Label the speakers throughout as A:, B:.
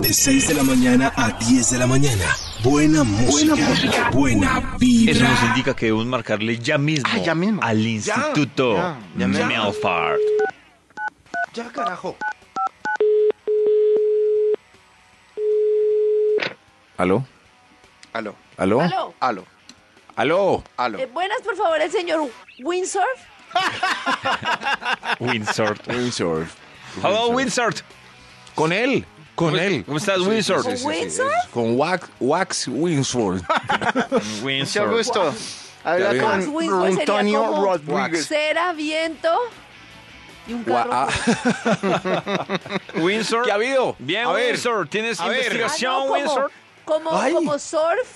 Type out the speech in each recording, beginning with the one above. A: De 6 de la mañana a 10 de la mañana. Buena música. Buena, música, buena vibra.
B: Eso nos indica que debemos marcarle ya mismo,
C: Ah, ya mismo.
B: al
C: Ya,
B: Instituto
C: ya, ya mismo.
B: Melford.
C: Ya, carajo.
D: ¿Aló?
C: Aló,
D: ¿Aló?
E: Aló.
C: aló,
D: ¿Aló?
C: aló.
E: Eh, buenas, por favor, el señor Windsor.
B: Windsor.
D: Windsor.
B: Hello, Windsor.
D: Con él. Con él.
B: ¿Cómo estás, Windsor?
E: sí, sí. ¿Windsor?
D: Con Wax, Wax Windsor.
C: Mucho
B: Windsor.
C: gusto. Habla
D: Ya
E: Max
C: con
E: Windsor sería
C: Antonio
E: como
C: Rodríguez.
E: cera, viento y un
D: Gua-
E: carro.
D: ah,
B: Windsor.
D: ¿Qué ha habido?
B: Bien,
D: A ver.
B: Windsor. ¿Tienes
D: A ver.
E: Ah, no,
B: investigación,
E: como,
B: Windsor?
E: Como,
D: Ay.
E: como surf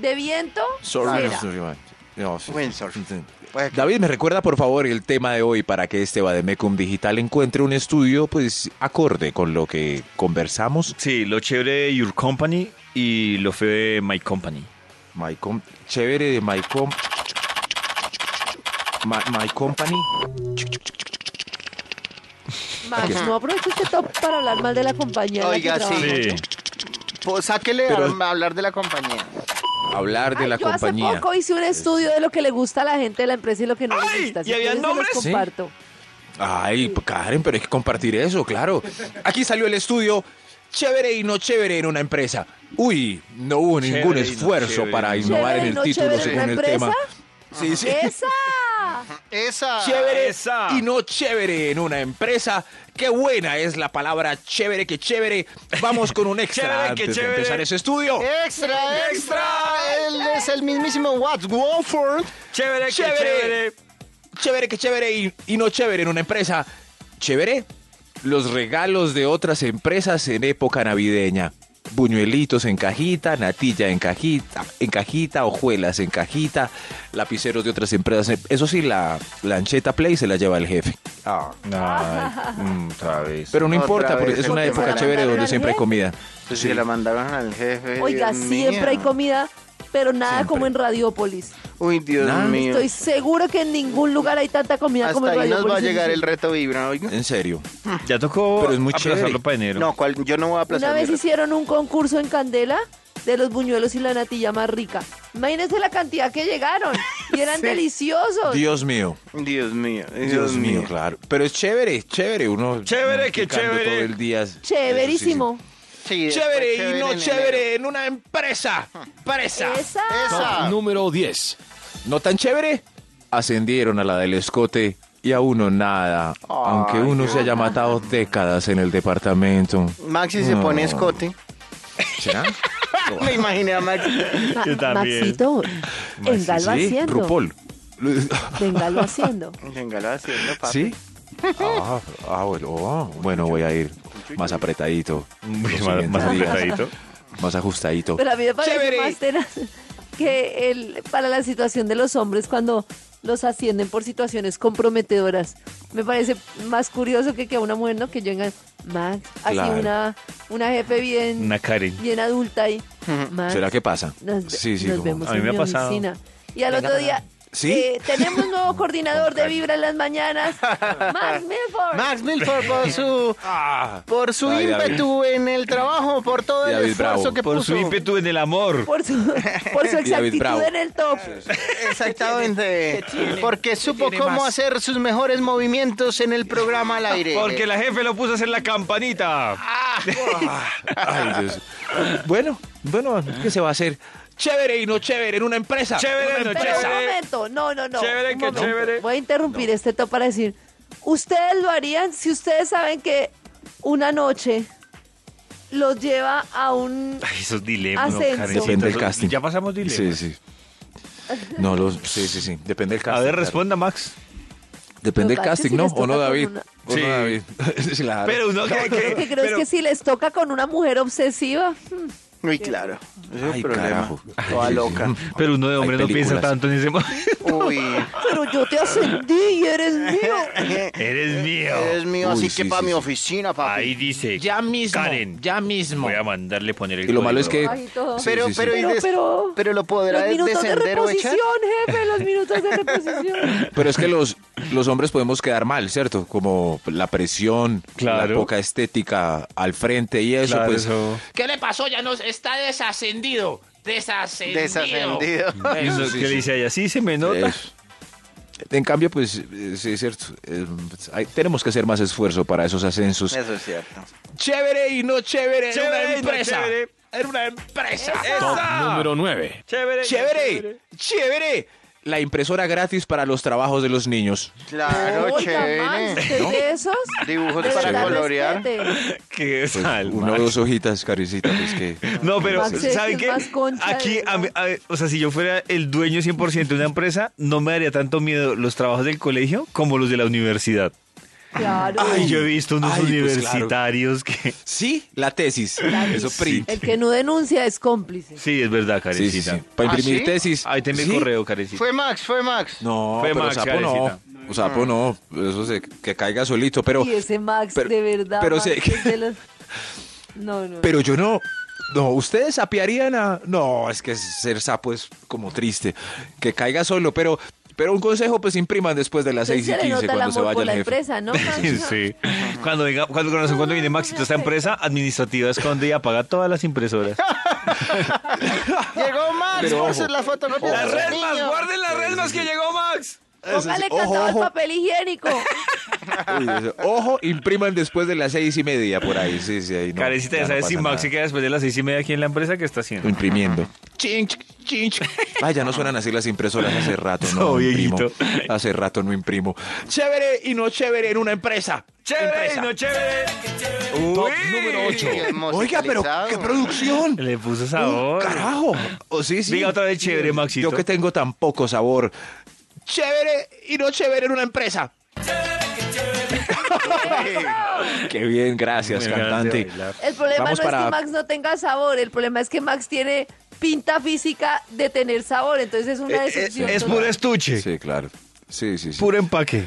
E: de viento.
D: Sorry,
E: cera.
D: sorry, man. No, sí, sí,
C: Windsor.
D: sí, sí.
C: Pues,
D: David, me recuerda por favor el tema de hoy para que este Bademecum Digital encuentre un estudio pues acorde con lo que conversamos.
B: Sí, lo chévere de Your Company y lo feo de My Company.
D: My com- chévere de My Com- My, my Company.
E: Max, no aproveches este top para hablar mal de la compañía. en la que
C: Oiga, sí.
E: trabajas.
C: Sí. pues, sáquele a-
D: Pero-
C: a hablar de la compañía.
D: Hablar de
E: Ay,
D: la
E: yo hace
D: compañía.
E: poco hice un estudio de lo que le gusta a la gente de la empresa y lo que no le gusta.
B: ¿y
E: Si
B: había
E: quieres, se los
B: nombres?
D: Sí.
E: comparto.
D: Ay, p- Karen, pero hay que compartir eso, claro. Aquí salió el estudio chévere y no chévere en una empresa. Uy, no hubo
B: Chévere
D: ningún
B: y no
D: esfuerzo
B: chévere.
D: para
E: Chévere
D: innovar
E: y
D: en el
E: no
D: título
E: chévere en
D: según
E: una
D: el
E: empresa.
D: tema. Sí, sí.
E: ¡Esa!
C: Esa.
D: Chévere
B: Esa.
D: y no chévere en una empresa. Qué buena es la palabra chévere que chévere. Vamos con un extra
B: Chévere que
D: antes de
B: chévere.
D: empezar ese estudio.
C: Extra, extra. Él es el mismísimo Watts Wolford.
B: Chévere, qué
D: Chévere.
B: chévere.
D: Chévere que chévere y, y no chévere en una empresa. Chévere, los regalos de otras empresas en época navideña. Buñuelitos en cajita, natilla en cajita, en cajita, hojuelas en cajita, lapiceros de otras empresas. Eso sí, la lancheta Play se la lleva el jefe. Ah.
B: Ay, otra vez.
D: Pero no
C: Otra
D: importa, porque
C: vez
D: es
C: el
D: una
C: tema
D: época
C: de la
D: chévere donde
E: lancheta.
D: siempre hay comida.
C: Pues Se la mandaron al jefe.
E: Oiga,
C: Dios
E: siempre hay
C: mío.
E: comida, pero nada
D: Siempre.
E: como en Radiópolis.
C: Uy, Dios
D: Nada.
C: mío.
E: Estoy seguro que en ningún lugar hay tanta comida como
C: Hasta
E: en
C: ahí
E: Radiopolis.
C: nos va a llegar el reto Vibra. oiga.
D: En serio.
B: Ya tocó
D: Pero es muy
B: aplazarlo
D: chévere.
B: para enero.
C: No, cual- yo no voy a aplazar.
E: Una vez
C: mi reto.
E: hicieron un concurso en Candela de los buñuelos y la natilla más rica. Imagínense la cantidad que llegaron. Y eran deliciosos.
D: Dios mío.
C: Dios mío. Dios,
D: Dios
C: mío.
D: mío, claro. Pero es chévere, chévere. Uno
B: Chévere que
D: picando
B: chévere.
D: todo el día.
E: Chéverísimo.
C: Sí, después
D: Chévere y
C: en
D: no
C: enero.
D: chévere en una empresa. Presa.
E: Esa.
C: Esa.
F: Número 10.
D: No tan chévere. Ascendieron a la del escote y a uno nada. aunque uno se haya matado décadas en el departamento.
C: Maxi se pone escote.
D: ¿Será?
C: Me imaginé a Maxi.
E: Ma-
B: Yo también.
E: Maxito, venga lo
D: sí,
E: haciendo.
D: Rupol.
E: Venga lo haciendo.
C: Venga, lo haciendo, papi.
D: ¿Sí? Ah, ah, bueno, oh, bueno, voy a ir más apretadito.
B: Muy
D: Los
B: mal- más
D: siguientes días.
B: apretadito.
D: Más ajustadito.
E: Pero a mí me parece
D: Chévere.
E: más tenaz que el, para la situación de los hombres cuando los ascienden por situaciones comprometedoras. Me parece más curioso que que a una mujer, ¿no? Que lleguen, Max, así
D: Claro.
E: una, una jefe bien,
B: Una Karen.
E: bien adulta y Max,
D: ¿Será que pasa?
E: nos, nos
D: como-
E: vemos
B: A mí
E: en
B: me ha
E: mi
B: pasado.
E: oficina. Y al otro día,
D: ¿Sí?
E: eh, tenemos nuevo coordinador de Vibra en las mañanas, Max Milford.
C: Max Milford por su
D: Ah,
C: por su
D: Ay, David.
C: ímpetu en el trabajo, por todo el
D: David
C: esfuerzo
D: Bravo,
C: que
B: Por
C: puso.
B: su ímpetu en el amor.
E: Por su, por su
D: Bravo.
E: exactitud en el top.
C: Exactamente. Porque supo cómo hacer sus mejores movimientos en el programa al aire.
B: Porque la jefe lo puso a hacer la campanita.
D: Ah. Ay, Dios. Bueno, bueno, ¿qué se va a hacer? Chévere y no chévere en una empresa.
B: Chévere, no
D: Una
E: Pero
D: empresa.
E: un
B: Chévere.
E: momento, no, no, no.
B: Chévere
E: un
B: que
E: momento.
B: chévere.
E: Voy a interrumpir este top para decir, ¿ustedes lo harían si ustedes saben que una noche los lleva a un...
B: Ay, esos dilemas.
E: Ascenso.
D: Depende del casting.
B: Ya pasamos dilemas.
D: Sí, sí. No, los, sí, sí, sí. Depende del
B: A
D: casting.
B: ver,
D: claro.
B: responda, Max.
D: Depende
E: Los
D: del casting, ¿no?
E: gachos sí les
D: ¿O no,
E: toca
D: David?
E: con una-
D: ¿O no,
B: Sí.
D: David? Sí, claro.
B: Pero uno cree
E: Yo
B: que.
E: Lo que creo
B: pero-
E: es que si les toca con una mujer obsesiva,
C: Muy claro. Ese es
D: Ay,
C: el problema.
D: carajo.
C: Toda loca.
B: Pero uno de hombre
D: Hay
B: no piensa
D: películas.
B: tanto en ese momento.
C: Uy.
E: Pero yo te ascendí y eres mío.
B: Eres mío.
C: Es mío,
D: Uy,
C: así
D: sí,
C: que para
D: sí,
C: mi
D: sí.
C: oficina, papi.
B: Ahí dice.
D: Ya mismo.
B: Karen.
D: Ya mismo.
B: Voy a mandarle poner el
D: Y lo malo es
B: código.
D: que.
E: Ay, todo.
D: Sí,
C: pero,
D: sí, sí.
C: pero, y
E: Pero-
C: des-
E: pero-
C: pero lo podrá
E: Los minutos de
C: descender o echar.
E: reposición, jefe, los minutos de reposición.
D: Pero es que los, los hombres podemos quedar mal, ¿cierto? Como la presión,
B: Claro.
D: la poca estética al frente y eso,
B: Claro,
D: pues.
B: eso.
F: ¿Qué le pasó? Ya nos está desascendido. Desascendido.
C: Desascendido.
B: Y uno
D: sí,
B: que
D: sí.
B: dice ahí, así se me nota.
D: Eso. En cambio, pues, eh, sí, es cierto. eh, pues, hay- tenemos que hacer más esfuerzo para esos ascensos.
C: Eso es cierto.
D: Chévere y no chévere. en una empresa.
F: Era una empresa.
D: Top número
F: 9.
B: Chévere.
D: ¡Chévere! ¡Chévere! La impresora gratis para los trabajos de los niños.
C: Claro,
E: Oiga, Max,
C: Ah, chévere.
E: ¿usted de esos?
C: Dibujos
E: De
C: para
E: verdad,
C: colorear.
E: respete.
B: Qué
D: Pues,
B: sal,
D: una o
B: Max.
D: dos hojitas, carecita, pues que...
B: No, pero
E: Max es
B: ¿saben
E: el
B: qué?
E: más concha de
B: Aquí, a
E: verdad.
B: mí- a- o sea, si yo fuera el dueño 100% de una empresa, no me daría tanto miedo los trabajos del colegio como los de la universidad.
E: Claro.
B: Ay, yo he visto unos
D: Ay, pues,
B: universitarios que...
D: Sí, la tesis. Eso print.
E: El que no denuncia es cómplice.
B: Sí, es verdad,
D: Sí, sí,
B: Karencita.
D: sí. Para
C: ¿Ah,
D: imprimir
C: sí?
D: tesis.
B: Ahí te mi
D: Sí.
B: correo, Karencita.
C: Fue Max, fue Max.
D: No,
B: Fue
D: pero
B: Max,
D: sapo no. Sapo no. Eso se, que caiga solito, pero...
E: y ese Max,
D: pero-
E: de verdad.
D: Pero,
E: Max,
D: se-
E: es de los- No, no.
D: pero yo no... No, ustedes sapearían a... No, es que ser sapo es como triste. Que caiga solo, pero... Pero un consejo, pues impriman después de las
E: Entonces
D: 6 y
E: Pues se
D: 15
E: le nota el
D: cuando se
E: amor
D: vaya
E: por
D: el
E: la
D: jefe.
E: empresa, ¿no? Max?
B: Sí, sí. Cuando, venga, cuando, cuando, cuando viene Maxito a esta empresa, administrativa esconde y apaga todas las impresoras.
C: Llegó Max,
D: Pero
C: por
D: ojo.
C: ser la fotocopias. de los niños.
B: las resmas que llegó Max.
E: Póngale
D: Ojo,
E: candado al
D: ojo.
E: papel higiénico.
D: Uy, eso. Ojo, impriman después de las seis y media por ahí. Sí, sí, ahí no.
B: Karencita, ya
D: ya no
B: sabes
D: pasa
B: si
D: nada.
B: Max se queda después de las seis y media aquí en la empresa, ¿qué está haciendo?
D: Imprimiendo. Chinch, chinch. Ay, ya no suenan así las impresoras hace rato, ¿no?
B: No,
D: imprimo.
B: viejito.
D: Hace rato no imprimo. Chévere y no chévere en una empresa. Empresa.
B: chévere.
D: Top
B: Uy.
D: número 8.
C: Bien
D: Oiga, pero
C: musicalizado.
D: qué producción.
B: Le puso
D: Oh,
B: sabor.
D: carajo. Oh, sí, sí.
B: Diga otra vez chévere, Maxito.
D: Yo que tengo tan poco sabor. Chévere y no chévere en una empresa. Qué bien, gracias,
B: Bueno,
D: cantante.
B: grande bailar.
E: El problema
D: Vamos
E: no es
D: para-
E: que Max no tenga sabor, el problema es que Max tiene pinta física de tener sabor, entonces es
D: Eh,
E: una
B: Es, es-
E: decepción.
B: Eh, es
E: total.
B: puro estuche,
D: Sí, claro. Sí, sí, sí.
B: puro empaque.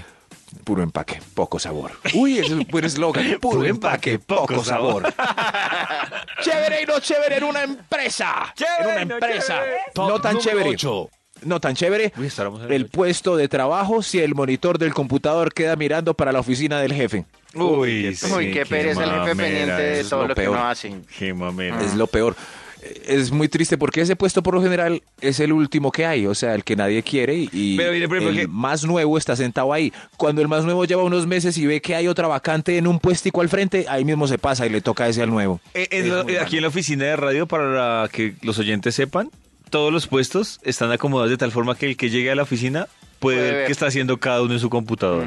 D: Puro empaque, poco sabor. Uy, ese es un buen eslogan. Puro empaque, poco sabor. chévere y no chévere en una empresa.
B: Chévere y
D: en
B: no
D: una empresa.
B: chévere.
D: No,
B: Top
D: tan
B: número
D: chévere.
B: ocho.
D: No tan chévere.
B: Uy, estábamos en el
D: el
B: ocho.
D: puesto de trabajo si el monitor del computador queda mirando para la oficina del jefe.
B: Uy,
C: Uy,
B: sí,
C: qué pereza el jefe
B: mamera,
C: pendiente de
B: eso.
D: es
C: todo
D: lo
C: lo, que
D: peor.
C: no hace.
B: Qué mamera.
D: Es lo peor. Eh, Es muy triste porque ese puesto por lo general es el último que hay, o sea, el que nadie quiere y- y
B: Pero mire, por ejemplo,
D: el
B: que-
D: más nuevo está sentado ahí. Cuando el más nuevo lleva unos meses y ve que hay otra vacante en un puestico al frente, ahí mismo se pasa y le toca ese al nuevo.
B: Eh, en la- eh, aquí en la oficina de radio, para que los oyentes sepan, todos los puestos están acomodados de tal forma que el que llegue a la oficina puede,
C: Puede
B: ver
C: ver.
B: qué está haciendo cada uno en su computador.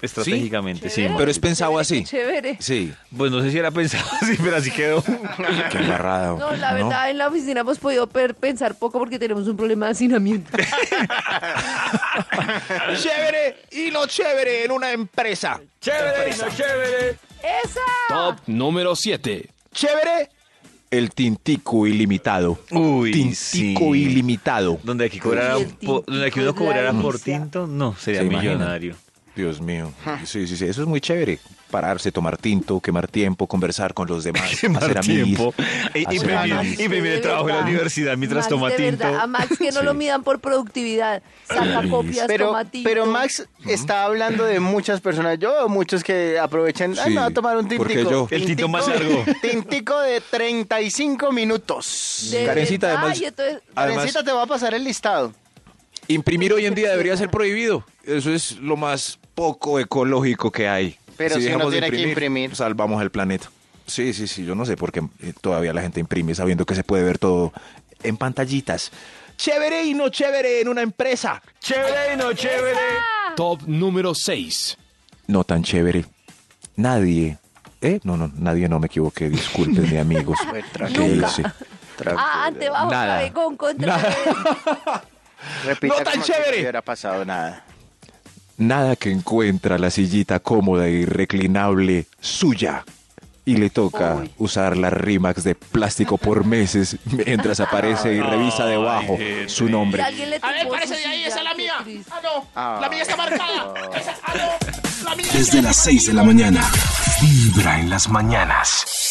B: Estratégicamente, sí.
E: Chévere,
D: Pero es
E: qué
D: pensado
E: chévere,
D: así.
E: qué Chévere.
D: Sí,
B: Pues no sé si era pensado así, pero así quedó.
D: qué embarrada.
E: No, la verdad, en la oficina hemos podido per- pensar poco porque tenemos un problema de hacinamiento.
D: Chévere y no chévere en una empresa.
B: Chévere, no chévere.
E: ¡Esa!
F: Top número 7.
D: Chévere. El tintico ilimitado.
B: Uy,
D: tintico
B: sí.
D: ilimitado.
B: Donde aquí, cobrara
E: Y el
B: po- donde aquí uno
E: tintico es la
B: cobrara por
E: delicia.
B: tinto, no, sería
D: ¿Se imagina?
B: millonario.
D: Dios mío. Sí, sí, sí. Eso es muy chévere. Pararse, tomar tinto, quemar tiempo, conversar con los demás, hacer
B: Quemar tiempo.
D: amigos.
B: E-
D: hacer
B: imprimir,
D: amigos.
E: Max,
B: imprimir el
E: de
B: trabajo en la
E: verdad.
B: universidad mientras
E: Max,
B: toma
E: de
B: tinto.
E: verdad, a Max que no
D: Sí.
E: lo midan por productividad. Saca
D: Sí.
E: copias,
C: Pero,
E: toma tinto.
C: pero Max está hablando de muchas personas. Yo veo muchos que aprovechan. Ah,
D: Sí,
C: no, a tomar un tintico.
D: porque yo-
B: El tinto
C: Tintico-
B: más largo.
C: Tintico de 35 minutos.
E: De
D: Karencita,
E: verdad,
D: además-
E: y entonces-
D: Además,
C: Karencita, te va a pasar el listado.
D: imprimir hoy en día debería ser prohibido. Eso es lo más poco ecológico que hay.
C: Pero si uno
D: dejamos de
C: tiene que imprimir.
D: Salvamos el planeta. Sí, sí, sí. Yo no sé por qué eh, todavía la gente imprime sabiendo que se puede ver todo en pantallitas. Chévere y no chévere en una empresa.
B: Chévere, no chévere.
F: Top número 6.
D: no tan chévere. Nadie. ¿Eh? No, no, nadie no me equivoqué. Disculpen, mi amigos. ¿Qué
E: Nunca.
D: hice?
E: Ah, ante bajo
D: Nada.
E: con contra.
C: Repita
D: No tan
C: como si
D: chévere.
C: No hubiera pasado nada.
D: Nada que encuentra la sillita cómoda y reclinable suya. y le toca
E: Uy.
D: usar las Rimax de plástico por meses mientras aparece y revisa debajo
B: qué
D: su nombre.
E: Y alguien le
F: A ver,
E: tumbó
F: parece
E: su
F: de ahí,
E: silla,
F: esa es la
E: qué
F: mía.
E: triste.
F: Ah, no. La mía está marcada. Esa, ah, no. La mía
A: Desde las 6 de la mañana. Vibra en las mañanas.